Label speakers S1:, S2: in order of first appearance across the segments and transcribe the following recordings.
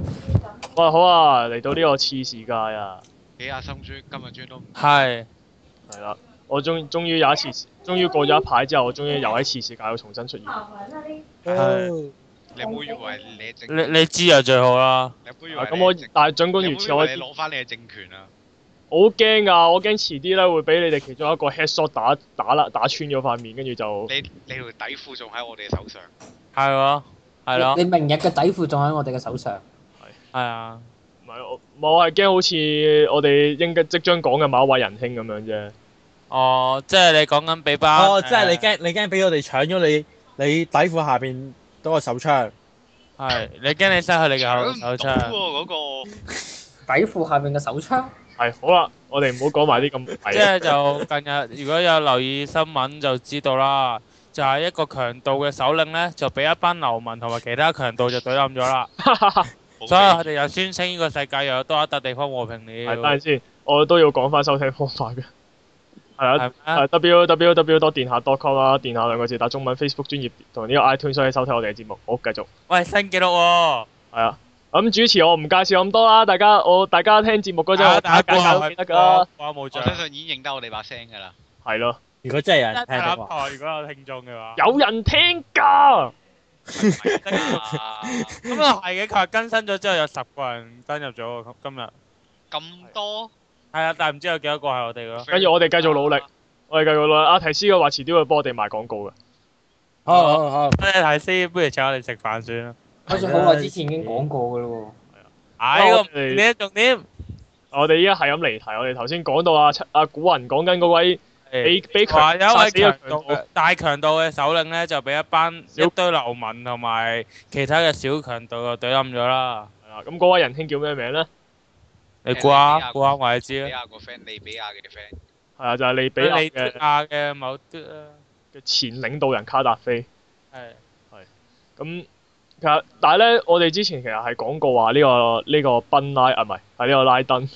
S1: 喂，好啊，嚟到呢個次世界啊，
S2: 幾下心磚，今日磚都唔
S3: 係
S1: 係啦，我終終於有一次，終於過咗一排之後，我終於又喺次世界度重新出現。
S4: 麻煩啦你。
S3: 係
S2: 你唔好以為你政，
S3: 你你知就最好啦。
S2: 你唔好以
S1: 啊
S2: 為
S1: 咁我
S2: 你政
S1: 但係儘管
S2: 你
S1: 如
S2: 唔好以
S1: 此，我
S2: 為你攞翻你嘅政權啊！
S1: 我好驚㗎，我驚遲啲咧會俾你哋其中一個 headshot 打打啦打穿咗塊面，跟住就
S2: 你你條底褲仲喺我哋手上，
S3: 係咯，係咯，
S5: 你明日嘅底褲仲喺我哋嘅手上。
S3: 係啊，
S1: 唔係我唔係我係驚好似我哋應該即將講嘅某一位仁兄咁樣啫。
S3: 哦，即係你講緊俾班
S6: 哦，即係你
S3: 誒
S6: 驚你驚俾我哋搶咗你你底褲下邊嗰個手槍，
S3: 係你驚你失去你嘅
S2: 搶
S3: 後
S2: 唔到
S3: 手
S2: 喎
S3: 槍，
S2: 嗰個。
S5: 底褲下面嘅手槍，
S1: 係好啦，我哋唔好講埋啲咁
S3: 即
S1: 弊。
S3: 係就近日如果有留意新聞就知道啦，就係一個強盜嘅首領咧，就俾一班流民同埋其他強盜就懟冧咗啦。
S2: 冇
S3: 所以
S2: 計
S3: 佢哋又宣稱呢個世界又有多一笪地方和平了。
S1: 係等陣先，我都要講翻收聽方法嘅。係啊。係
S3: 係
S1: www 多電下 .com 啦，電下兩個字打中文 Facebook 專頁同呢個 iTunes 可以收睇我哋嘅節目。好，繼續
S3: 喂，新紀錄喎！
S1: 係啊。咁、主持我唔介紹咁多啦，大家我大家聽節目嗰陣我啊打啊介紹都記得㗎啦。
S3: 我冇
S2: 我
S3: 獎。
S2: 相信已經認得我哋把聲㗎啦。
S1: 係咯，
S6: 如果真係有
S3: 一
S6: 人聽
S3: 打
S6: 啊嘅話，
S3: 台如果有聽眾嘅話，
S1: 有人聽㗎，
S2: 啊
S3: 咁啊係嘅，佢話更新咗之後有十個人登入咗喎，今日
S2: 咁多，
S3: 係啊，但係唔知有幾多個係我哋嘅咯。
S1: 跟住我哋繼
S2: à,
S1: 續努力我哋繼續啦。阿提斯嘅話遲啲會幫我哋賣廣告嘅。
S6: 好好好，
S3: 我哋睇先，不如請我哋食飯算啦。
S5: 好似好耐之前已經講過嘅咯
S3: 唉，呢
S1: 我
S3: 個
S1: 哋
S3: 唔係重點。
S1: 我哋依家係咁離題，我哋頭先講到啊阿七阿古雲講緊嗰位俾俾
S3: 話
S1: 強
S3: 有一
S1: 殺
S3: 位
S1: 死嘅
S3: 強
S1: 強盜
S3: 盜，大強盜嘅首領咧，就俾一班一
S1: 小
S3: 堆流民同埋其他嘅小強盜就懟冧咗啦。
S1: 係啦咁嗰位仁兄叫咩名咧？
S3: 你估下，
S2: 誒
S3: 估下我哋知
S2: 利比
S3: 啦。
S2: 亞個 friend，利比亞嘅 friend，
S1: 係啊，就係利比
S3: 利
S1: 亞
S3: 比
S1: 嘅
S3: 亞嘅某啲啦，
S1: 嘅前領導人卡達菲。
S3: 係
S1: 咁其實，但係咧，我哋之前其實係講過話呢、個呢、個賓拉啊，唔係係呢個拉登，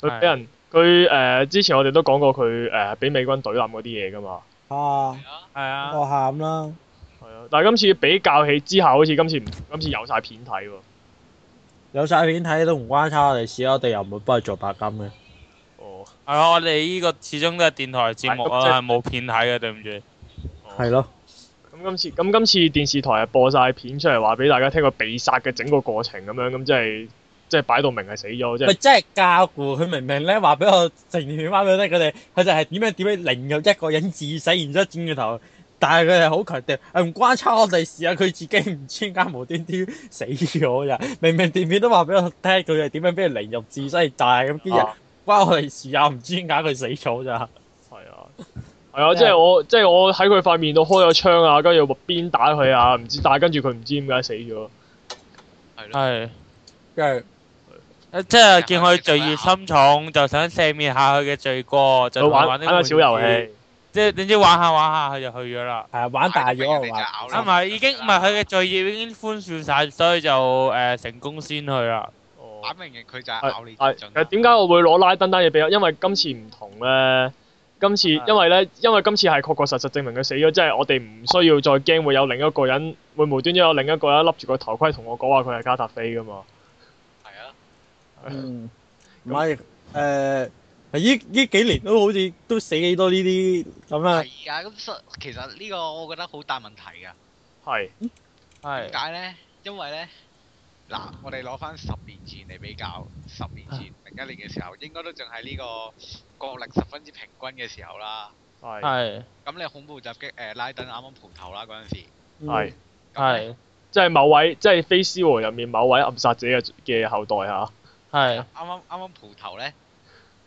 S1: 佢俾人佢誒、呃之前我哋都講過佢誒俾美軍隊冧嗰啲嘢噶嘛，
S6: 啊，
S3: 係啊。
S6: 我喊啦，
S1: 係啊，但係今次比較起之下，好似今次唔今次有晒片睇喎。
S6: 有晒片睇都唔關差我哋事，我哋又唔會幫佢做白金嘅。
S1: 哦，
S3: 係啊，我哋呢個始終都係電台節目
S1: 係咁即係
S3: 啊，係冇片睇嘅，對唔住。
S6: 係咯，
S1: 哦咁今次咁今次電視台係播晒片出嚟，話俾大家聽個被殺嘅整個過程咁樣，咁即係即係擺到明係死咗，即
S6: 佢
S1: 係
S6: 真係教父，佢明明咧話俾我成段片話俾我聽，佢哋佢就係點樣點樣凌辱一個人致死，然之後剪佢頭。但係佢哋好強調，誒唔關差我哋事啊！佢自己唔知點解無端端死咗咋， 明明段片都話俾我聽，佢係點樣俾人凌辱致死，但係咁啲人
S1: 啊
S6: 關我哋事啊！唔知點解佢死咗咋。
S1: 係啊。係啊，即係我即係我喺佢塊面度開咗槍啊，跟住邊打佢啊，唔知但係跟住佢唔知點解死咗。
S2: 係咯。
S3: 係，
S6: 跟住
S3: 即係啊見佢罪孽深重，就想赦免下佢嘅罪過，就
S1: 就
S3: 同佢
S1: 玩
S3: 玩
S1: 玩個
S3: 呢
S1: 小遊戲。，
S3: 即係點知玩下玩下佢就去咗啦。
S6: 係啊玩大咗我話，
S3: 啊，唔係已經唔係佢嘅罪孽已經寬恕晒，所以就誒成功先去啦。
S1: 哦
S2: 擺明佢就係
S1: 係
S2: 咬你
S1: 係
S2: 盡
S1: 其實點解我會攞拉登單嘢俾啊我？因為今次唔同咧，今次
S3: 係
S1: 因為咧，因為今次係確確實實證明佢死咗，即係我哋唔需要再驚會有另一個人會無端端有另一個人笠住個頭盔同我講話佢係加達菲噶嘛。
S2: 係啊？
S6: 嗯，唔係誒，依依幾年都好似都死幾多呢啲咁啊。
S2: 係啊，咁實其實呢個我覺得好大問題㗎。
S1: 係
S3: 係
S2: 點。解咧？因為咧，嗱，我哋攞翻十年前嚟比較，十年前零一年嘅時候，應該都仲係呢個國力十分之平均嘅時候啦。
S1: 係
S3: 係
S2: 咁你恐怖襲擊誒、拉登啱啱蒲頭啦嗰陣時，
S1: 係，
S2: 咁呢
S3: 係
S1: 即係某位即係《非斯和》入面某位暗殺者嘅嘅後代啊嚇。
S3: 係
S2: 啱啱啱啱蒲頭咧，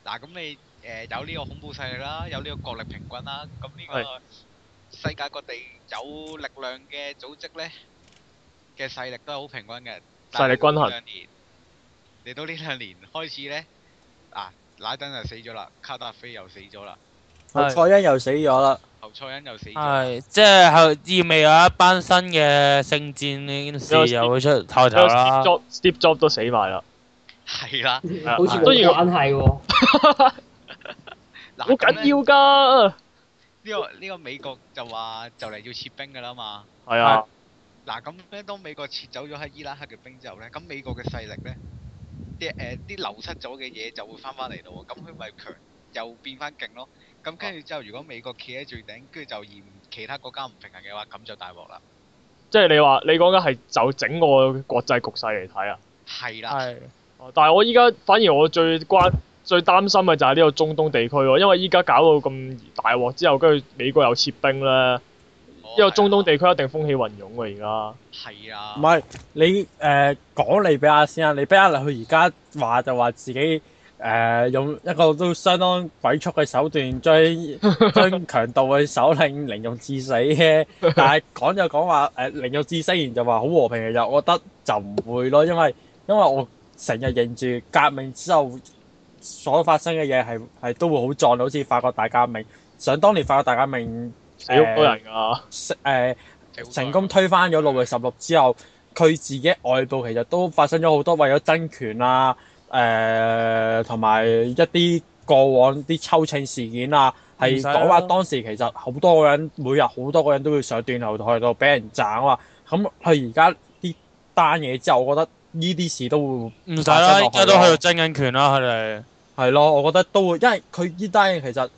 S2: 嗱咁你誒、呃有呢個恐怖勢力啦，有呢個國力平均啦，咁呢個世界各地有力量嘅組織咧嘅勢力都係好平均嘅，
S1: 勢力均衡
S2: 但係呢兩年嚟到呢兩年開始咧，啊，拉登就死咗啦，卡達菲又死咗啦，
S6: 阿蔡恩又死咗啦，
S2: 侯賽恩又死咗啦，
S3: 係，即係後意味有一班新嘅聖戰呢件事又會出開頭
S1: Steve。
S3: 啦
S1: Jobs Steve Jobs 都死埋啦，
S2: 係啦，
S1: 係啊
S5: 喎，好似
S1: 都
S5: 冇
S1: 要
S5: 關係喎。
S2: 嗱，
S1: 好緊
S2: 咁咧
S1: 要㗎。
S2: 呢個呢個美國就話就嚟要撤兵㗎啦嘛。
S1: 係啊，
S2: 嗱咁咧，當美國撤走咗喺伊拉克嘅兵之後咧，咁美國嘅勢力咧啲誒啲流失咗嘅嘢就會翻翻嚟咯喎，咁佢咪強又變翻勁咯。咁跟住之後，如果美國企喺最頂，跟住就嫌其他國家唔平衡嘅話，咁就大鑊啦。
S1: 即係你話你講緊係就整個國際局勢嚟睇啊？
S2: 係啦，
S3: 係
S1: 哦但係我依家反而我最關最擔心嘅就係呢個中東地區喎，因為依家搞到咁大鑊之後，跟住美國又撤兵咧，因為中東地區一定風起雲湧喎，而家
S2: 係 啊，
S6: 唔係你誒、呃、講利比亞先啊，利比亞佢而家話就話自己誒、呃用一個都相當鬼畜嘅手段將將強盜嘅首領凌辱致死嘅，但係講就講話誒凌辱致死，然就話好和平嘅，就我覺得就唔會咯，因為因為我成日認住革命之後所發生嘅嘢係係都會好壯，好似法國大革命，想當年法國大革命
S1: 死好多人㗎。
S6: 誒。呃成功推翻咗路易十六之後，佢自己外部其實都發生咗好多為咗爭權啊，誒同埋一啲過往啲抽秤事件啊，
S3: 唔
S6: 係
S3: 使啦
S6: 講話當時其實好多個人每日好多個人都會上斷頭台度俾人斬啊，咁佢而家呢單嘢之後，我覺得呢啲事都
S3: 唔使啦，而家都喺度爭緊權啦，佢哋。
S6: 會係咯，我覺得都會，因為佢呢單嘢其實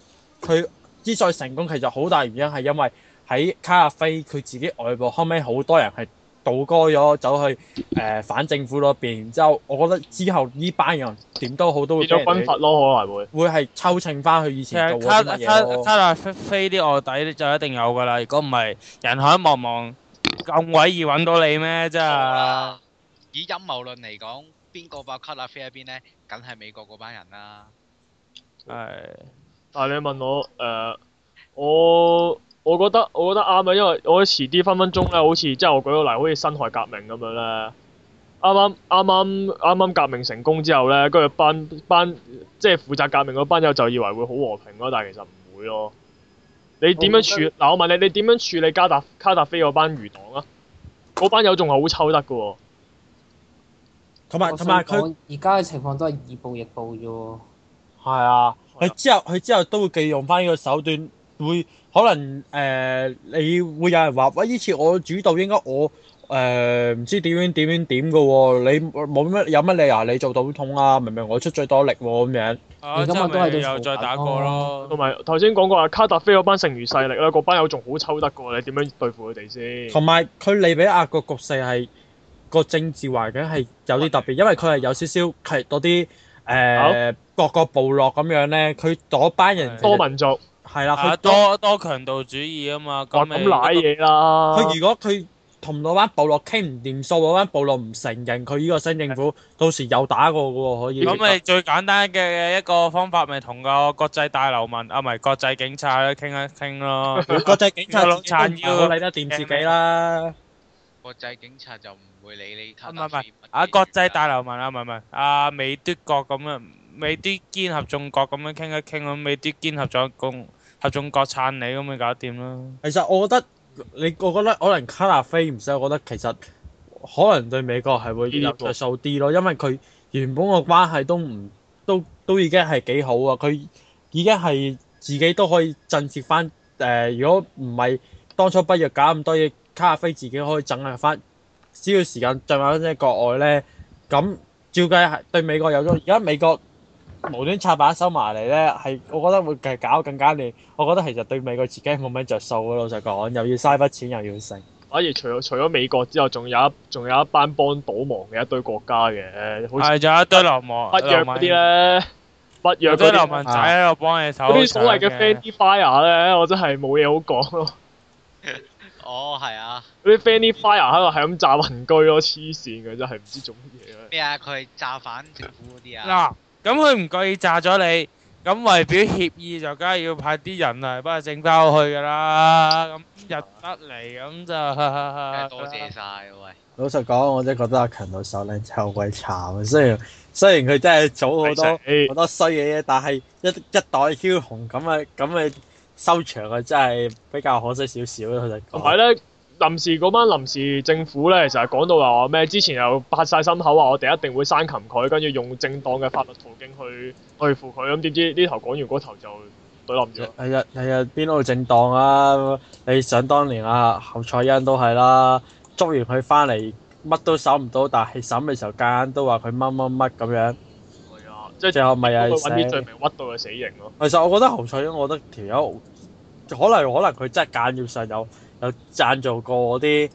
S6: 佢之所以成功，其實好大原因係因為喺卡亞菲佢自己外部，後尾好多人係倒戈咗走去誒、呃反政府嗰邊。然之後，我覺得之後呢班人點都好都會
S1: 變
S6: 俾
S1: 咗
S6: 人
S1: 軍
S6: 哋
S1: 閥咯，可能會。
S6: 會係抽秤翻佢以
S3: 其
S6: 前
S3: 實
S6: 做過
S3: 啊卡
S6: 啲乜
S3: 卡
S6: 嘢咯
S3: 卡達菲菲啲卧底就一定有㗎啦，如果唔係人海茫茫咁鬼易揾到你咩？真係。
S2: 啊！以陰謀論嚟講，邊個爆卡拉菲喺邊呢？梗係美國嗰班人啦。
S3: 係。
S1: 但係你問我誒、呃我我覺得我覺得啱啊，因為我遲啲分分鐘咧，好似即係我舉個例，好似辛亥革命咁樣咧，啱啱啱啱啱啱革命成功之後咧，跟住班班即係負責革命嗰班友就以為會好和平咯，但係其實唔會咯。你點樣處嗱？我問你，你點樣處理加達卡達菲嗰班餘黨啊？嗰班友仲係好抽得嘅喎，
S6: 同
S5: 我
S6: 埋同埋佢
S5: 想講而家嘅情況都係以暴易暴啫喎。
S6: 係啊，
S1: 係
S6: 佢
S1: 啊
S6: 之後佢之後都會繼續用翻呢個手段，會可能誒、呃你會有人話喂，呢次我主導應該我誒唔、呃知點樣點樣點嘅喎，你冇乜有乜理由你做到痛啊？明明我出最多力喎、咁樣，
S3: 啊，
S5: 你今日
S3: 真
S5: 都係
S3: 係
S5: 對
S3: 又再打過咯
S1: 同。埋頭先講過啊，卡達菲嗰班剩餘勢力咧，嗰班友仲好抽得嘅喎，你點樣對付佢哋先？
S6: 同埋佢利比亞個局勢係個政治環境係有啲特別，因為佢係有少少係嗰啲誒各個部落咁樣咧，佢嗰班人
S3: 係
S1: 多民族。
S6: 係啦，
S3: 啊，
S6: 佢
S3: 多多強盜主義啊嘛，
S1: 哇咁
S3: 咁咪
S1: 賴嘢啦！
S6: 佢如果佢同嗰班部落傾唔掂數，嗰班部落唔承認佢呢個新政府，到時又打過嘅喎，可以。
S3: 咁咪最簡單嘅一個方法，咪同個國際大流民啊，唔係國際警察傾一傾咯。
S6: 國際警察自己都
S3: 撐
S6: 唔好理得掂自己啦。
S2: 國際警察就唔會理你卡
S3: 唔係
S2: 達
S3: 唔係
S2: 菲乜嘢
S3: 啊，國際
S2: 㗎
S3: 大流民啊，唔係唔係啊，美奪國咁樣，美奪堅合眾國咁樣傾一傾，咁美奪堅合咗共合眾國撐你，咁咪搞掂啦。
S6: 其實我覺得你，我覺得可能卡納菲唔使，我覺得其實可能對美國係會有着數啲咯，因為佢原本個關係都唔都都已經係幾好啊，佢已經係自己都可以震攝翻誒、呃如果唔係當初北約搞咁多嘢，卡納菲自己可以整合翻，只要時間進入翻啲國外咧，咁照計係對美國有咗。而家美國無端插把手埋嚟咧，係我覺得會繼續搞更加亂。我覺得其實對美國自己冇咩着數嘅，老實講，又要嘥筆錢，又要剩。
S1: 反而除咗除咗美國之後，仲有一仲有一班幫倒忙嘅一堆國家嘅，好似
S3: 係仲有一堆流氓，
S1: 北約嗰啲咧，北約
S3: 有堆
S1: 嗰
S3: 流
S1: 啲啊
S3: 民仔喺度幫你手。
S1: 嗰啲所謂嘅 Fanny Fire 咧，我真係冇嘢好講咯。
S2: 哦，係啊，
S1: 嗰啲 Fanny Fire 喺度係咁炸雲居咯，黐線嘅真係唔知做乜嘢啊
S2: 咩啊？佢係炸反政府嗰啲啊？
S3: 嗱，咁佢唔覺意炸咗你，咁為表協議就梗係要派啲人嚟幫佢整翻去噶啦，咁日得嚟咁
S2: 真係
S3: 就
S2: 多謝晒喂！
S6: 老實講，我真係覺得阿強到手靚真係好鬼慘啊！雖然雖然佢真係做好多
S1: 抵死
S6: 好多衰嘢，但係一一代梟雄咁嘅咁嘅收場啊，真係比較可惜少少啊咯。老實
S1: 同埋
S6: 講，
S1: 咧，臨時嗰班臨時政府咧，其實係講到話咩？之前又拍晒心口話我哋一定會生擒佢，跟住用正當嘅法律途徑去對付佢。咁點知呢頭講完嗰頭就對冧咗。
S6: 係啊係啊，邊度正當啊？你想當年啊，侯賽恩都係啦，捉完佢翻嚟乜都搜唔到，但係審嘅時候間間都話佢乜乜乜咁樣，
S1: 係啊，即係
S6: 最後咪又
S1: 幫佢
S6: 係
S1: 揾啲罪
S6: 死。
S1: 名屈到佢死刑咯。
S6: 其實我覺得侯賽因，我覺得條友可能可能佢真係間要上有有贊助過嗰啲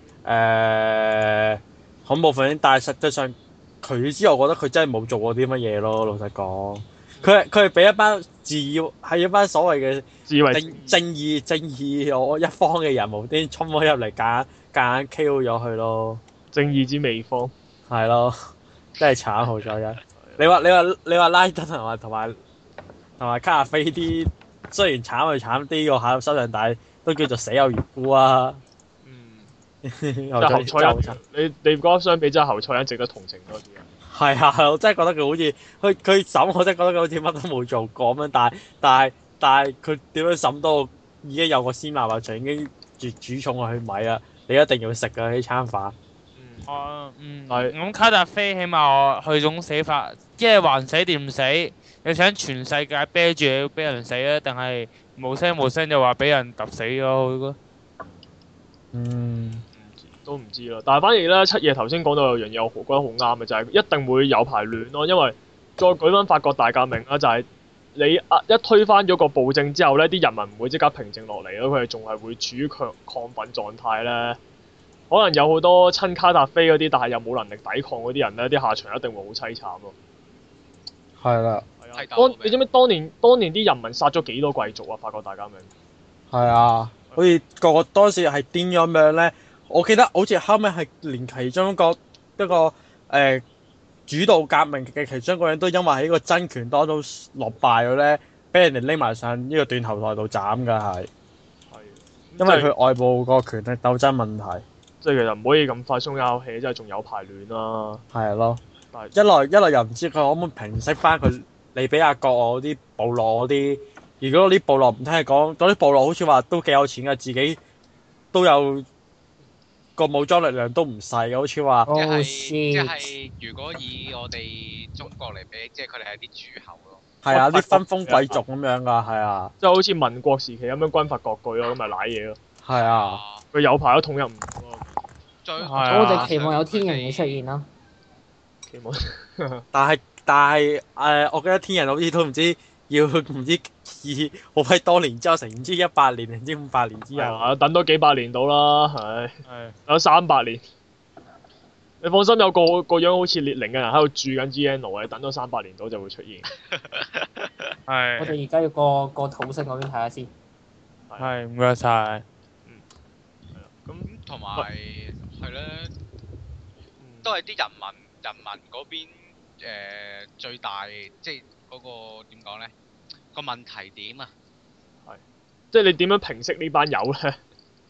S6: 誒恐怖分子，但係實際上佢之後，我覺得佢真係冇做過啲乜嘢咯。老實講，佢係佢係俾一班自以係一班所謂嘅。
S1: 自以為
S6: 正正義正義我一方嘅人無端衝咗入嚟，夾夾硬 Q 咗佢咯，
S1: 正義之未方，
S6: 係咯， 真係慘好彩啫！你話你話你話拉登同埋同埋同埋卡亞菲啲，雖然慘就慘啲個下手量，但係都叫做死有餘辜 啊！
S1: 嗯，
S6: 真
S1: 即係侯
S6: 哦真係好
S1: 賽
S6: 慘
S1: 恩，你你覺得相比之下，侯賽恩值得同情多啲啊？
S6: 係啊！ 我真係覺得佢好似佢佢審，我真係覺得佢好似乜都冇做過咁樣，但係但係但係佢點樣審都已經有個先例話就已經煮煮重佢米啦，你一定要食啊㗎呢餐飯。
S1: 嗯，
S3: 我嗯，
S1: 係
S3: 咁卡達菲起碼我佢種死法，一係還死掂死，你想全世界啤住要俾人死啊？定係無聲無聲就話俾人揼死咗佢咯？
S6: 嗯，
S1: 都唔知啦。但係反而咧，七夜頭先講到有樣嘢，我覺得好啱嘅，就係、一定會有排亂咯。因為再舉翻法國大革命啦，就係、你啊一推翻咗個暴政之後咧，啲人民唔會即刻平靜落嚟咯，佢哋仲係會處於強亢奮狀態咧。可能有好多親卡達菲嗰啲，但係又冇能力抵抗嗰啲人咧，啲下場一定會好凄慘咯。
S6: 係啦，
S1: 係啊，
S2: 係㗎
S1: 當你知唔知當年當年啲人民殺咗幾多貴族啊？法國大革命
S6: 係啊，好似個個當時係癲咗咁樣咧。我記得好似後尾係連其中一個一個誒、呃主導革命嘅其中一個人都因為喺個爭權當中落敗咗咧，俾人哋拎埋上呢個斷頭台度斬㗎係，
S1: 係，
S6: 因為佢外部個權力鬥爭問題
S1: 即係其實唔可以咁快鬆一口氣，真係仲有排亂啦、
S6: 係咯。
S1: 但係
S6: 一來一來又唔知佢可唔可以平息翻佢利比亞國嗰啲部落嗰啲，如果嗰啲部落唔聽佢講，嗰啲部落好似話都幾有錢嘅，自己都有個武裝力量都唔細嘅，好似話
S2: 即
S5: Oh
S2: 係
S5: shit！
S2: 即係如果以我哋中國嚟比，即係佢哋係啲諸侯咯。
S6: 係啊
S1: 軍閥
S6: 啲分封貴族咁樣㗎，係啊
S1: 即係好似民國時期咁樣軍閥割據咯，咁咪賴嘢咯。
S6: 係啊，
S2: 啊，
S1: 佢有排都統一唔到咯，
S2: 最
S3: 係啊
S5: 我哋期望有天人嘅出現啦。
S1: 期望
S6: 但係但係誒、呃我記得天人好似都唔知要唔知二好鬼多年之後，成唔知一百年定唔知五百年之
S1: 係
S6: 後，
S1: 嘛？等多幾百年到啦，係
S3: 係
S1: 等三百年。你放心，有個個樣好似列寧嘅人喺度住緊 G N 奴嘅，等多三百年到就會出現。
S5: 我
S3: 係
S5: 哋而家要過過土星嗰邊睇下先。
S3: 係唔該晒。
S1: 咁
S2: 咁同埋係咧，都
S1: 都係
S2: 係啲人民人民嗰邊誒最大，即係嗰個點講咧個問題點啊？
S1: 即係你點樣平息呢班友咧？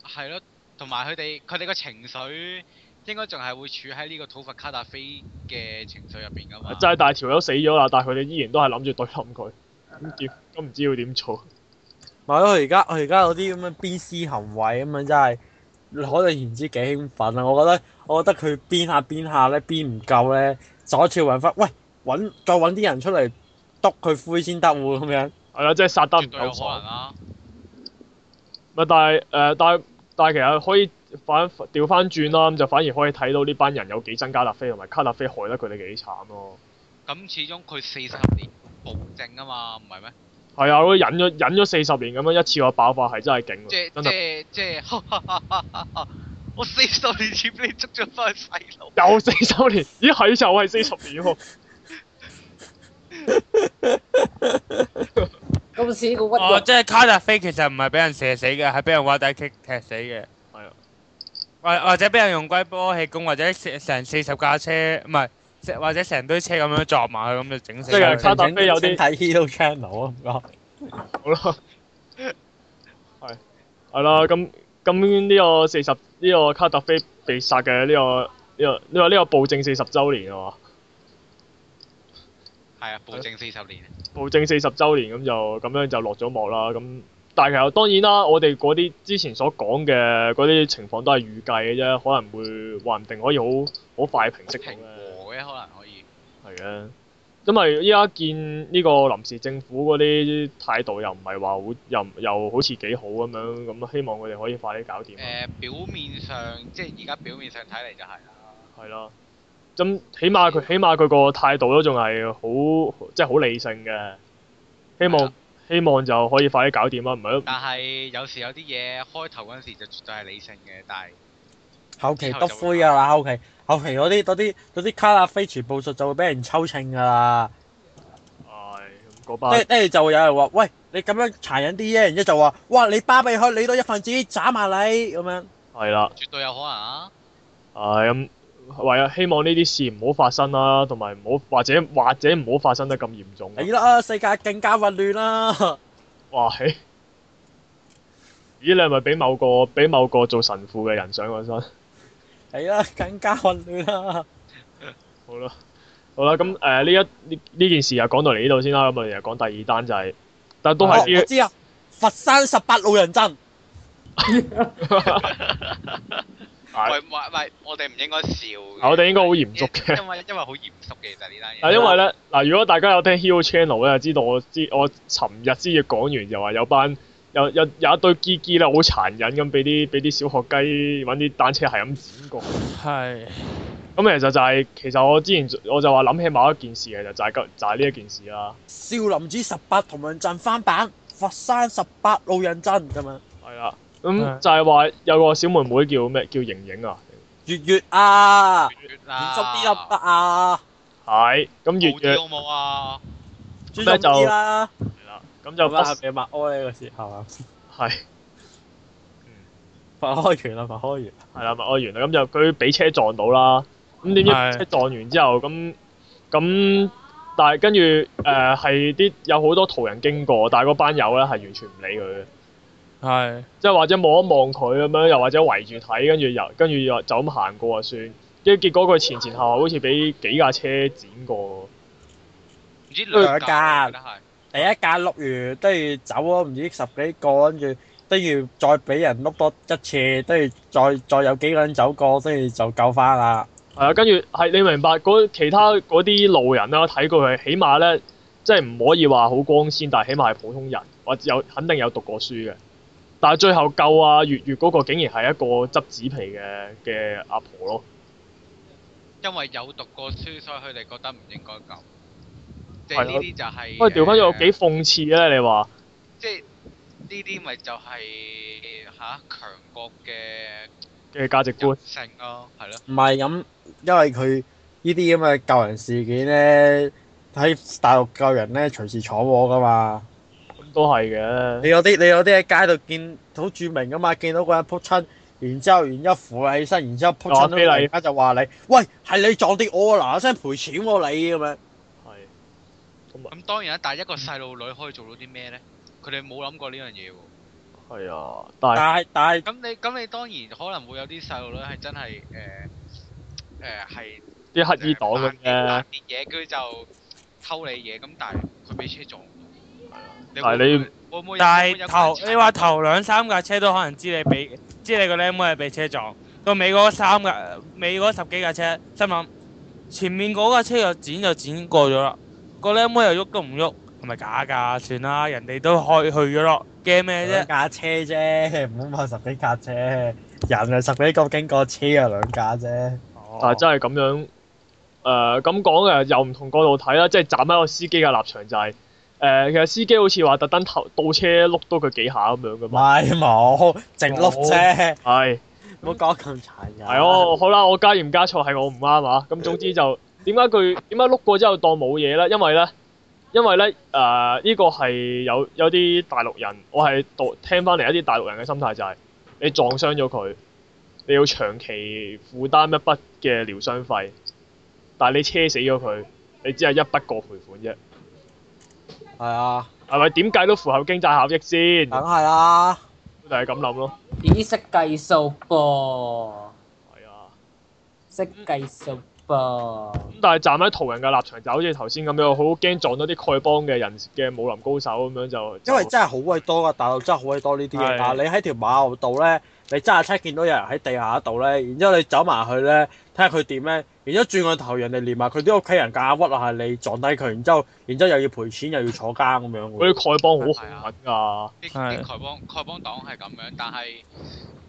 S2: 係咯，同埋佢哋佢哋個情緒應該仲係會處喺呢個土法卡達菲嘅情緒入邊噶嘛。
S1: 就係大條友死咗啦，但係佢哋依然都係諗住對冧佢。咁點？咁唔知要點做？
S6: 咪咯佢而家佢而家有啲咁嘅鞭屍行為咁樣真係。可能唔知幾興奮啊！我覺得我覺得佢邊下邊下咧邊唔夠咧，就好似揾翻喂揾再揾啲人出嚟督佢灰先得喎咁樣。
S1: 係啦，即係殺得唔
S2: 絕對有
S1: 夠
S2: 可
S1: 爽
S2: 能。啊啦。
S1: 咪但係誒、呃但係但係其實可以反調翻轉啦，咁就反而可以睇到呢班人有幾憎加達菲同埋卡達菲害得佢哋幾慘咯。
S2: 咁始終佢四十年暴政啊嘛，唔係咩？
S1: 係啊，佢忍咗忍咗四十年咁樣一次個爆發係真係勁
S2: 即
S1: 喎，真係
S2: 即即我四十年前俾你捉咗翻去細路，
S1: 有四十年， 咦係就係四十年喎，
S5: 今次呢個屈
S3: 哦，
S5: 辱，
S3: 即係卡達菲其實唔係俾人射死嘅，係俾人挖底踢踢死嘅。
S1: 係啊。
S3: 或或者俾人用龜波氣功，或者成成四十架車，唔係，即或者成堆車咁樣撞埋佢，咁就
S6: 啊
S3: 整死
S1: 即係
S3: 佢。
S1: 卡特菲有啲
S6: 請睇 Hero Channel 啊，唔該。
S1: 好啦，係係啦，咁咁呢個四十呢個卡特菲被殺嘅呢、個呢、個呢、個呢、個暴政四十週年啊嘛，
S2: 係啊，暴政四十年，
S1: 暴政四十週年咁就咁樣就落咗幕啦。咁但係其實當然啦，我哋嗰啲之前所講嘅嗰啲情況都係預計嘅啫，可能會話唔定可以好好快平息到
S2: 平
S1: 咧。
S2: 和嘅可能可以。
S1: 係嘅，因為依家見呢個臨時政府嗰啲態度又唔係話好，又唔又好似幾好咁樣，咁希望佢哋可以快啲搞掂啦。
S2: 誒、表面上即係而家表面上睇嚟就係啦，
S1: 係啦。咁起碼佢起碼佢個態度都仲係好即係好理性嘅，希
S2: 係
S1: 望
S2: 啊
S1: 希望就可以快啲搞掂啦，唔係
S2: 但係有時有啲嘢開頭嗰陣時就絕對係理性嘅，但係
S6: 後期得灰啊噶啦，後期後期嗰啲嗰啲嗰啲卡拉菲全部術就會俾人抽秤噶啦，
S1: 唉咁嗰
S6: 跟
S1: 班
S6: 跟住就會有人話：喂，你咁樣殘忍啲啫，然之後就話：哇，你巴閉開，你都一份子，斬下你咁樣。
S1: 係啦，
S2: 絕對有可能啊！
S1: 唉咁唯有希望呢啲事唔好發生啦，同埋唔好或者或者唔好發生得咁嚴重啦。啊
S6: 係啊啦，世界更加混亂 啦。
S1: 哇嘿！咦，你係咪俾某個俾某個做神父嘅人上過身？
S6: 係啦，更加混亂啦。
S1: 好啦，好啦，咁誒呢一呢呢件事又講到嚟呢度先啦，咁我哋又講第二單就係、但都係
S6: 哦我
S1: 啲
S6: 知啊，佛山十八路人陣，
S1: 係啊
S2: 喂，喂喂，我哋唔應該笑嘅。
S1: 我哋應該好嚴肅嘅。
S2: 因因為因為好嚴肅嘅，其實呢單
S1: 嗱，
S2: 嘢。
S1: 啊因為咧，嗱，如果大家有聽 Hero Channel 咧，就知道我知我尋日先至講完，就話有班有有有一堆機機咧，好殘忍咁俾啲俾啲小學雞揾啲單車係咁剪過。
S3: 係
S1: 咁其實就係、其實我之前我就話諗起某一件事，其實就係、今就係呢一件事啦。
S6: 少林寺十八同人陣翻版，佛山十八路人陣咁樣。
S1: 係啦，
S3: 係
S1: 咁就係話有個小妹妹叫咩？叫瑩瑩啊，
S6: 月月啊，
S2: 因為
S6: 專心啲得唔得啊？
S1: 係咁
S2: 好
S1: 月月
S2: 啲好冇啊！
S6: 專心啲啦。
S1: 係啦，咁就不
S6: 啦，你默哀呢個時候啊，
S1: 係
S6: 佛開完啦，佛開完。
S1: 係啦，默哀完啦，咁就佢俾車撞到啦，咁點知
S3: 係
S1: 俾車撞完之後，咁咁但係跟住誒係啲有好多途人經過，但係嗰班友咧係完全唔理佢嘅，
S3: 係
S1: 即係或者望一望佢咁樣，又或者圍住睇，跟住又跟住又就咁行過就算，跟住結果佢前前後後好似俾幾架車剪過
S2: 唔知
S6: 兩
S2: 兩架，
S6: 架
S2: 真係
S6: 第一架碌完，跟住走咗唔知十幾個，跟住跟住再俾人碌多一次，跟住再再有幾個人走過，跟住就救翻啦。
S1: 係啊，跟住係你明白嗰其他嗰啲路人啦，睇過佢，起碼咧，即係唔可以話好光鮮，但係起碼係普通人，或者有肯定有讀過書嘅。但係最後救啊月月嗰個，竟然係一個執紙皮嘅嘅阿婆咯。
S2: 因為有讀過書，所以佢哋覺得唔應該咁。即
S1: 係
S2: 係
S1: 啊
S2: 呢啲就係。
S1: 喂，調翻咗有
S2: 誒
S1: 幾諷刺啊咧？你話
S2: 即係呢啲咪就係嚇強國嘅
S1: 嘅價值觀
S2: 人性咯，係咯。
S6: 唔係咁，因為佢呢啲咁嘅救人事件咧，喺大陸救人咧隨時闖禍噶嘛。
S1: 咁都係嘅，
S6: 你有啲你有啲喺街度見好著名噶嘛，見到個人撲親，然之後然之後扶起身，然之後撲親
S1: 啊
S6: 到
S1: 非禮
S6: 人家就話你，喂係你撞跌我啊，嗱嗱聲賠錢喎你咁樣。
S1: 係
S2: 咁當然啦，但係一個細路女可以做到啲咩咧？佢哋冇諗過呢樣嘢喎。
S1: 係啊，但係
S6: 但係但係。
S2: 咁你咁你當然可能會有啲細路女係真係誒誒係
S1: 啲乞衣黨咁啫。
S2: 扮跌嘢，跟住就偷你嘢，咁但係佢俾車撞到。
S1: 但係你
S2: 會唔會
S3: 但
S2: 會唔會有
S3: 係頭
S2: 個人
S3: 你話頭兩三架車都可能知你俾知你個僆妹係俾車撞，到尾嗰三架尾嗰十幾架車，心諗前面嗰架車又剪就剪過咗啦，個僆妹又喐都唔喐，係咪假㗎？算啦，人哋都開去咗咯，驚咩啫
S6: 兩？架車啫，唔好話十幾架車，人啊十幾個經過，車啊兩架啫。
S1: 但啊係真係咁樣誒咁講嘅，又唔同角度睇啦，即係站喺個司機嘅立場就係、誒、其實司機好似話特登頭倒車碌多佢幾下咁樣噶
S6: 唔
S1: 嘛，
S6: 係冇，直碌啫，
S1: 係
S6: 唔好講咁殘忍。
S1: 哦係哦，好啦，我加鹽加醋係我唔啱啊，咁總之就點解佢點解碌過之後當冇嘢咧？因為咧。因為咧，誒、呢個係有有啲大陸人，我係讀聽翻嚟一啲大陸人嘅心態就係、你撞傷咗佢，你要長期負擔一筆嘅療傷費，但係你車死咗佢，你只係一筆過賠款啫。
S6: 係啊，
S1: 係咪點計都符合經濟效益先？
S6: 梗係啦。
S1: 就係咁諗咯。
S5: 咦，識計數噃，
S1: 係啊。
S5: 識計數噃。
S1: 咁但係站喺途人嘅立場，就好似頭先咁樣，好驚撞到啲丐幫嘅人嘅武林高手咁樣就。
S6: 因為真係好鬼多噶，大陸真係好鬼多呢啲嘢。
S1: 係
S6: 但係你喺條馬路度咧，你揸車見到有人喺地下度咧，然之後你走埋去咧，睇下佢點咧，然之後轉個頭，人哋連埋佢啲屋企人夾硬屈落係你撞低佢，然之後，然之後又要賠錢，又要坐監咁樣喎。
S1: 嗰啲丐幫好兇狠㗎。
S2: 啲
S3: 係
S2: 啲丐幫丐幫黨係咁樣，但係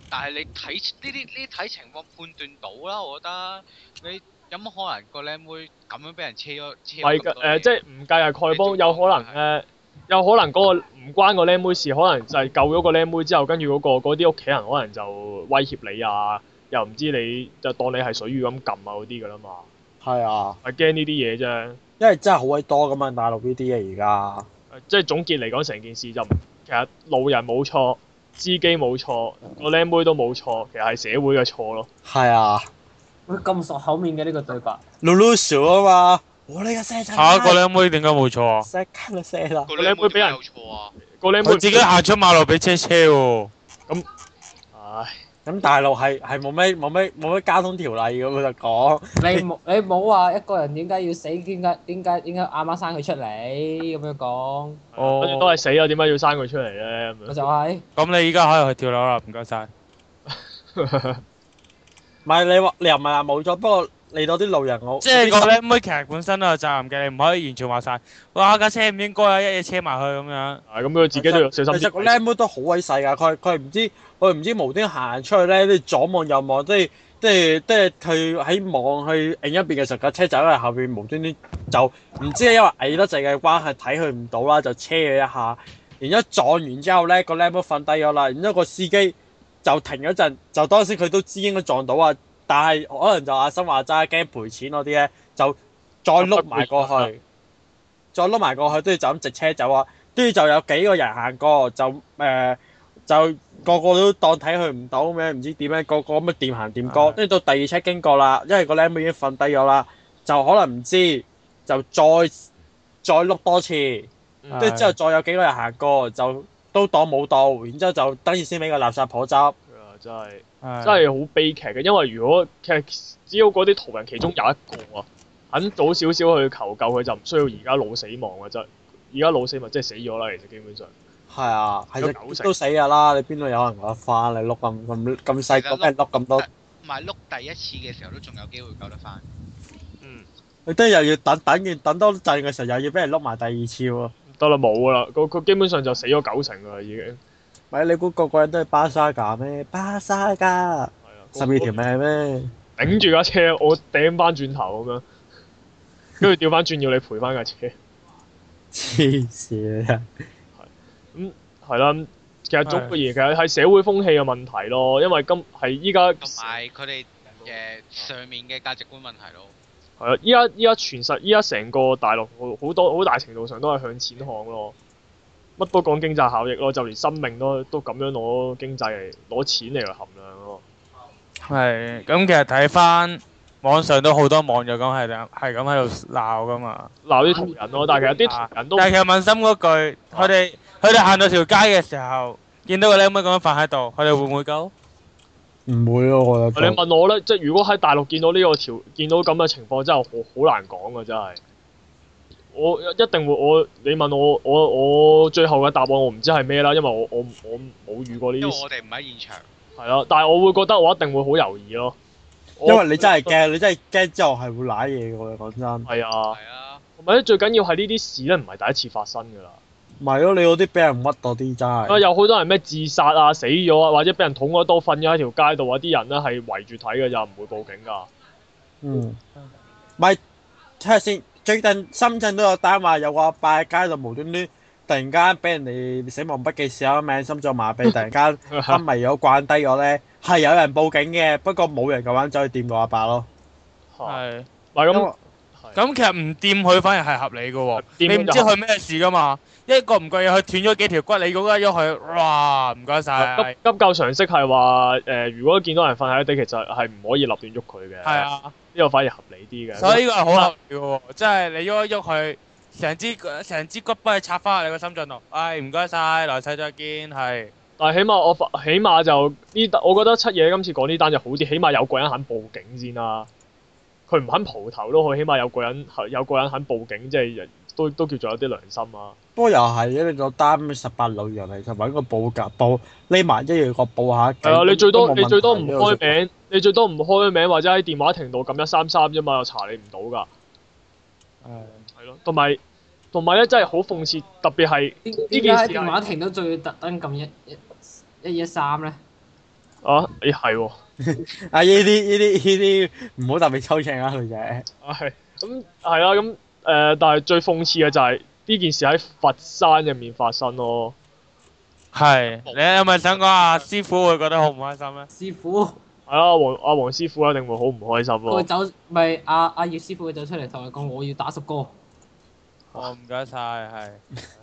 S2: 但係你睇呢啲呢啲睇情況判斷到啦，我覺得你有乜可能個靚妹咁樣俾人車咗車
S1: 係嘅
S2: 咗啊咁多
S1: 誒，
S2: 嘢？
S1: 即係唔計係丐幫，有可能誒，有可能嗰個唔關個靚妹事，可能就係救咗個靚妹之後，跟住嗰個嗰啲屋企人可能就威脅你啊，又唔知你就當你係水魚咁撳啊嗰啲㗎啦嘛，
S6: 係啊，
S1: 係驚呢啲嘢啫。
S6: 因為真係好鬼多噶嘛，大陸呢啲嘢而家。
S1: 誒即係總結嚟講，成件事就唔其實路人冇錯，司機冇錯，個靚妹都冇錯，其實係社會嘅錯咯。
S6: 係啊
S5: 佢咁熟口面嘅呢個對白，
S6: ，Lulu 啊嘛，我呢個聲真
S3: 嚇個靚妹點解冇錯啊？
S6: 聲卡啦聲啦，
S2: 個
S1: 個靚妹俾人
S2: 點解有錯啊！
S1: 個靚妹
S3: 佢自己行出馬路俾車車喎，
S1: 唉，
S6: 咁大陸係係冇咩冇咩冇咩交通條例咁佢就講，
S5: 你冇你冇話一個人點解要死，點解點解點解啱啱生佢出嚟咁樣講，
S3: 哦
S1: 跟住都係死啊！點解要生佢出嚟咧？咁
S5: 我
S1: 樣
S5: 就係
S3: 咁你依家可以去跳樓啦，唔該晒。
S6: 唔係你話你又唔係話冇咗，不過你到啲路人我
S3: 即係個靚妹其實本身都有責任嘅，你唔可以完全話晒。哇架車唔應該啊，一嘢車埋去咁樣。
S1: 啊咁佢自己都要小心
S6: 其實個
S1: 啲。
S6: 僆妹都好鬼細㗎，佢佢唔知佢唔知無端行出去咧，你左望右望，即係即係即係佢喺望去另一邊嘅時候，架車就喺後邊無端端就唔知係因為矮得滯嘅關係睇佢唔到啦，就車佢一下，然之後撞完之後咧，個僆妹瞓低咗啦，然之後個司機就停咗陣，就當時佢都知應該撞到啊，但係可能就阿生話齋驚賠錢嗰啲咧，就再碌埋過去，再碌埋過去，跟住就咁直車走啊。跟住就有幾個人行過，就誒、呃就個個都當睇佢唔到咁樣，唔知點樣，個個咁樣掂行掂過。
S3: 係
S6: 跟住到第二車經過啦，因為個僆妹已經瞓低咗啦，就可能唔知，就再再碌多次，
S1: 嗯
S6: 跟住之後再有幾個人行過，就都當冇到，然之後就等住先俾個垃圾婆執。
S1: 啊真係
S3: 唉
S1: 真係好悲劇嘅，因為如果其實只要嗰啲途人其中有一個啊，肯早少少去求救，佢就唔需要而家腦死亡嘅啫。而家腦死亡即係死咗啦，其實基本上。
S6: 係啊，係
S1: 有九
S6: 啊
S1: 成
S6: 都死㗎啦！你邊度有可能有得翻？你碌咁咁咁細個，俾人 碌咁多，
S2: 唔係碌第一次嘅時候都仲有機會救得翻。
S6: 你都又要等等完等多陣嘅時候，又要俾人碌埋第二次喎。
S1: 得啦，冇㗎啦，佢佢基本上就死咗九成㗎啊啦，已經。
S6: 咪你估個個人都係巴沙噶咩？巴沙噶
S1: 係啊
S6: 十二條命咩？
S1: 頂住架車，我掟翻轉頭咁樣，跟住調翻轉要你賠翻架車，
S6: 黐線啊！
S1: 係啦。咁其實總括而言，其實係社會風氣嘅問題咯，因為今係依家
S2: 同
S3: 啊
S2: 埋佢哋誒上面嘅價值觀問題咯。
S1: 係啊，依家依家全實，依家成個大陸好好多好大程度上都係向錢看咯，乜都講經濟效益咯，就連生命都都咁樣攞經濟嚟攞錢嚟去衡量咯。
S3: 係咁，其實睇翻網上都好多網友咁係咁係咁喺度鬧噶嘛。
S1: 鬧啲同人咯，但係其實啲同人都
S3: 啊但係其實問心嗰句，佢哋佢哋行到條街嘅時候，見到個靚妹咁樣瞓喺度，佢哋會唔會救？
S6: 唔會咯，我覺
S1: 你
S6: 得。
S1: 問我咧，即係如果喺大陸見到呢個條見到咁嘅情況，真係好好難講嘅，真係。我一定會我你問我我我最後嘅答案我唔知係咩啦，因為我我我冇遇過呢
S2: 因為
S1: 啲
S2: 我
S1: 事
S2: 哋唔喺現場，
S1: 係啦，但係我會覺得我一定會好猶豫咯。我
S6: 因為你真係驚，你真係驚之後係會舐嘢嘅喎。講真，
S1: 係啊，
S2: 係啊，
S1: 同埋咧最緊要係呢啲事咧唔係第一次發生㗎啦。
S6: 唔係咯，你嗰啲俾人屈到啲真
S1: 啊
S6: 係。
S1: 有好多人咩自殺啊死咗啊，或者俾人捅咗刀瞓咗喺條街度啊，啲人咧係圍住睇㗎咋，唔會報警㗎。
S6: 嗯。咪睇下先，最近深圳都有單話有個阿伯喺街度無端端突然間俾人哋死亡筆記寫咗名，心臟 麻痹，突然間
S1: 啊
S6: 昏迷咗、慣低咗咧，係有人報警嘅，不過冇人夠膽走去掂個阿伯咯。
S1: 嚇
S3: 係
S1: 唔係
S6: 因為
S1: 咁係
S3: 咁，其實唔掂佢反而係合理嘅喎。你
S1: 掂
S3: 唔
S1: 就
S3: 知佢咩事噶嘛？一個唔覺意佢斷咗幾條骨，你估得咗佢？哇！唔該晒。
S1: 急急救常識係話誒，如果見到人瞓喺地，其實係唔可以立亂喐佢嘅。
S3: 係，啊。
S1: 呢個反而合理啲嘅。
S3: 所以呢個係好合理嘅喎，即係你喐一喐佢，成支成支骨幫你插翻喺你個心臟度。唉，唔該晒，來世再見，係
S1: 但係起碼我發起碼就呢單，我覺得七爺今次講呢單就好啲，起碼有個人肯報警先啦。佢唔肯蒲頭都好，起碼有個人有個人肯報警，即係都都叫做有啲良心啊。
S6: 不過又係嘅，你個單十八路人嚟，就揾個報格報匿埋一樣個報下警。
S1: 係啊，你最多
S6: 都冇問題
S1: 你最多唔
S6: 呢個就
S1: 開名，你最多唔開名或者喺電話亭度撳一三三啫嘛，又查你唔到㗎。係咯，同埋同埋咧，真係好諷刺，特別係
S5: 點
S1: 件
S5: 點
S1: 事
S5: 解
S1: 係
S5: 電話亭都仲要特登撳一一一一三咧？
S1: 啊，咦係喎，
S6: 啊！呢啲呢啲呢啲唔好特別抽情啊，女仔。
S1: 啊係，咁係啦，咁誒、呃但係最諷刺嘅就係、呢件事喺佛山入面發生咯。
S3: 係啊你係咪想講啊？師傅會覺得好唔開心咧？
S5: 師
S1: 係
S5: 傅
S1: 啦，黃阿黃師傅一定會好唔開心
S5: 佢
S1: 咯。
S5: 走，咪阿阿葉師傅佢走出嚟同佢講：我要打十個。
S3: 我唔該晒，係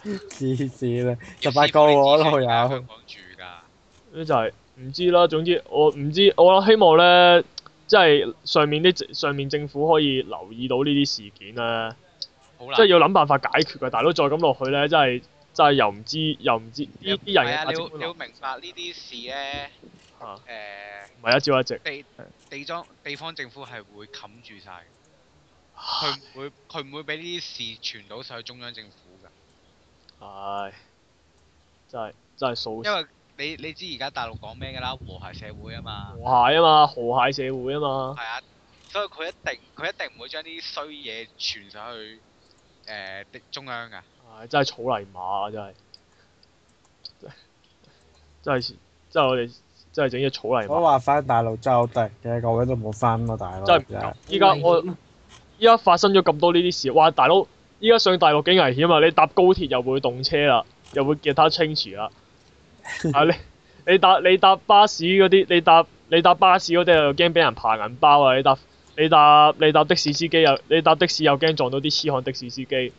S6: 黐線啦，
S2: 葉
S6: 十
S2: 師
S6: 八
S2: 傅
S6: 個我
S2: 你知
S6: 都
S2: 佢喺
S6: 有
S2: 香。港住㗎，
S1: 咁就係唔知啦，總之我唔知，我希望咧，即係上面啲上面政府可以留意到呢啲事件咧，
S2: 好
S1: 即係
S2: 難。
S1: 要諗辦法解決嘅。大佬再咁落去咧，真係真係又唔知又唔知呢
S2: 唔
S1: 啲
S2: 係
S1: 人
S2: 啊
S1: 嘅價
S2: 你
S1: 值
S2: 要
S1: 觀
S2: 你要明白呢啲事咧，
S1: 啊
S2: 誒
S1: 唔係一朝一夕。
S2: 地地方地方政府係會冚住晒
S1: 啊
S2: 嘅，佢唔會佢唔會俾呢啲事傳到上去中央政府㗎。
S1: 唉，真係真係數
S2: 因為你你知而家大陸講咩㗎啦，和諧社會啊嘛，
S1: 和諧啊嘛，和諧社會啊嘛，
S2: 係啊，所以佢一定佢一定唔會將啲衰嘢傳上去誒、呃的中央㗎。
S1: 唉，真係草泥馬啊！真係，真係真係我哋真係整只草泥
S6: 我
S1: 馬。
S6: 話翻大陸真係好突然嘅，個位都冇翻咯，大佬。
S1: 真係唔
S6: 係
S1: 依家我依家發生咗咁多呢啲事，哇！大佬，依家上大陸幾危險啊！你搭高鐵又會動車啦，又會吉他 change 啦。啊！你你搭你搭巴士嗰啲，你搭你搭巴士嗰啲又驚俾人扒銀包啊！你搭你搭你搭的士司機又你搭的士又驚撞到啲痴漢的士司機。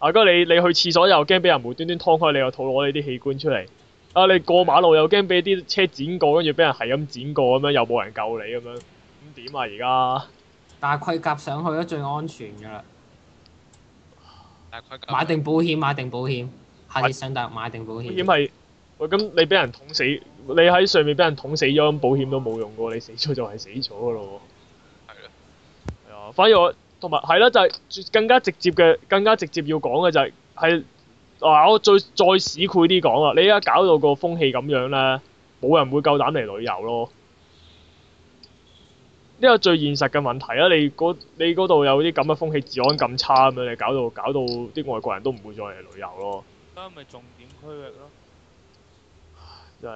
S1: 啊！跟住你你去廁所又驚俾人無端端劏開你個肚攞你啲器官出嚟。啊！你過馬路又驚俾啲車剪過，跟住俾人係咁剪過咁樣，又冇人救你咁樣，咁點啊而家？
S5: 但係盔甲上去都最安全㗎啦，
S2: 但
S1: 啊
S2: 係佢
S5: 買定保險，買定保險，下次上大陸買定保
S1: 保險
S5: 險。
S1: 係喂咁你俾人捅死，你喺上面俾人捅死咗，咁保險都冇用噶，你死咗就係死咗噶咯喎。
S2: 係咯
S1: 係啊，反而我同埋係啦，就係、更加直接嘅，更加直接要講嘅就係、係啊，我最再市儈啲講啊，你而家搞到個風氣咁樣咧，冇人會夠膽嚟旅遊咯。呢個最現實嘅問題啦，你嗰你嗰度有啲咁嘅風氣，治安咁差咁樣，你搞到搞到啲外國人都唔會再嚟旅遊咯。
S3: 咁咪重點區域咯。
S1: 真係。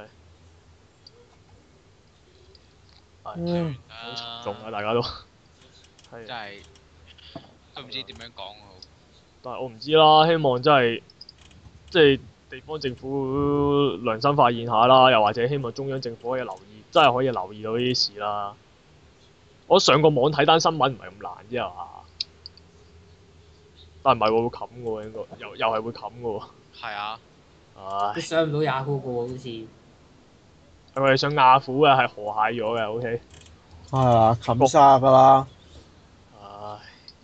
S1: 係，
S6: 嗯
S1: 好
S2: 啊
S1: 沉重啊！大家都
S2: 真
S1: 係，
S2: 係啊都唔知點樣講好。
S1: 但係我唔知啦，希望真係即係地方政府呃良心發現下啦，又或者希望中央政府可以留意，真係可以留意到呢啲事啦。我上個網睇單新聞唔係咁難啫係嘛，但係唔係喎會冚嘅喎應該，又又係會冚嘅喎，
S2: 係啊，
S5: 你
S1: 唉，
S5: 上唔到 Yahoo 嘅喎，好似。
S1: 係咪想亞虎嘅係河蟹咗嘅？OK，
S6: 啊，冚沙噶啦。
S1: 唉，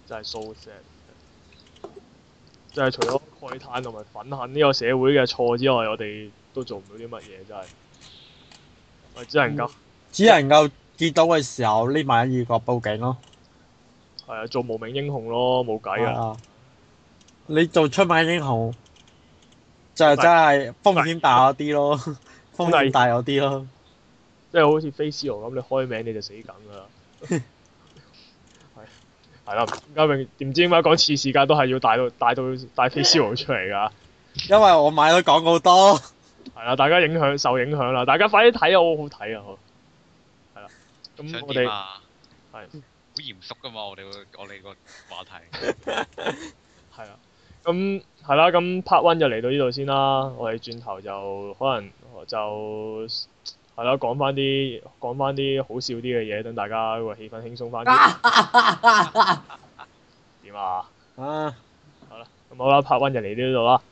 S1: 真係 so sad。就係除咗慨嘆同埋憤恨呢個社會嘅錯之外，我哋都做唔到啲乜嘢，真係。我只能夠
S6: 只能夠見到嘅時候匿埋喺異國報警咯。
S1: 係啊，做無名英雄咯，冇計
S6: 係
S1: 啊！
S6: 啊。你做出賣英雄，就真係風險大咗啲咯，風險大咗啲咯。
S1: 即係好似 Face 咁，你開名你就死梗㗎啦。係係啦，點解永點知點解講次世界都係要帶到帶到帶 Face 出嚟㗎？
S6: 因為我買咗廣告多，
S1: 係啦，大家影響受影響啦，大家快啲睇啊，好好睇啊！好係啦，咁
S2: 想
S1: 我哋
S2: 點啊？
S1: 係
S2: 好嚴肅噶嘛，我哋個我哋個話題。
S1: 係啦，咁係啦，咁 part one 就嚟到呢度先啦。我哋轉頭就可能就係啦，講翻啲講翻啲好笑啲嘅嘢，等大家個氣氛輕鬆翻啲。啊點啊？
S6: 啊，
S1: 咁好啦，part one 就嚟到呢度啦。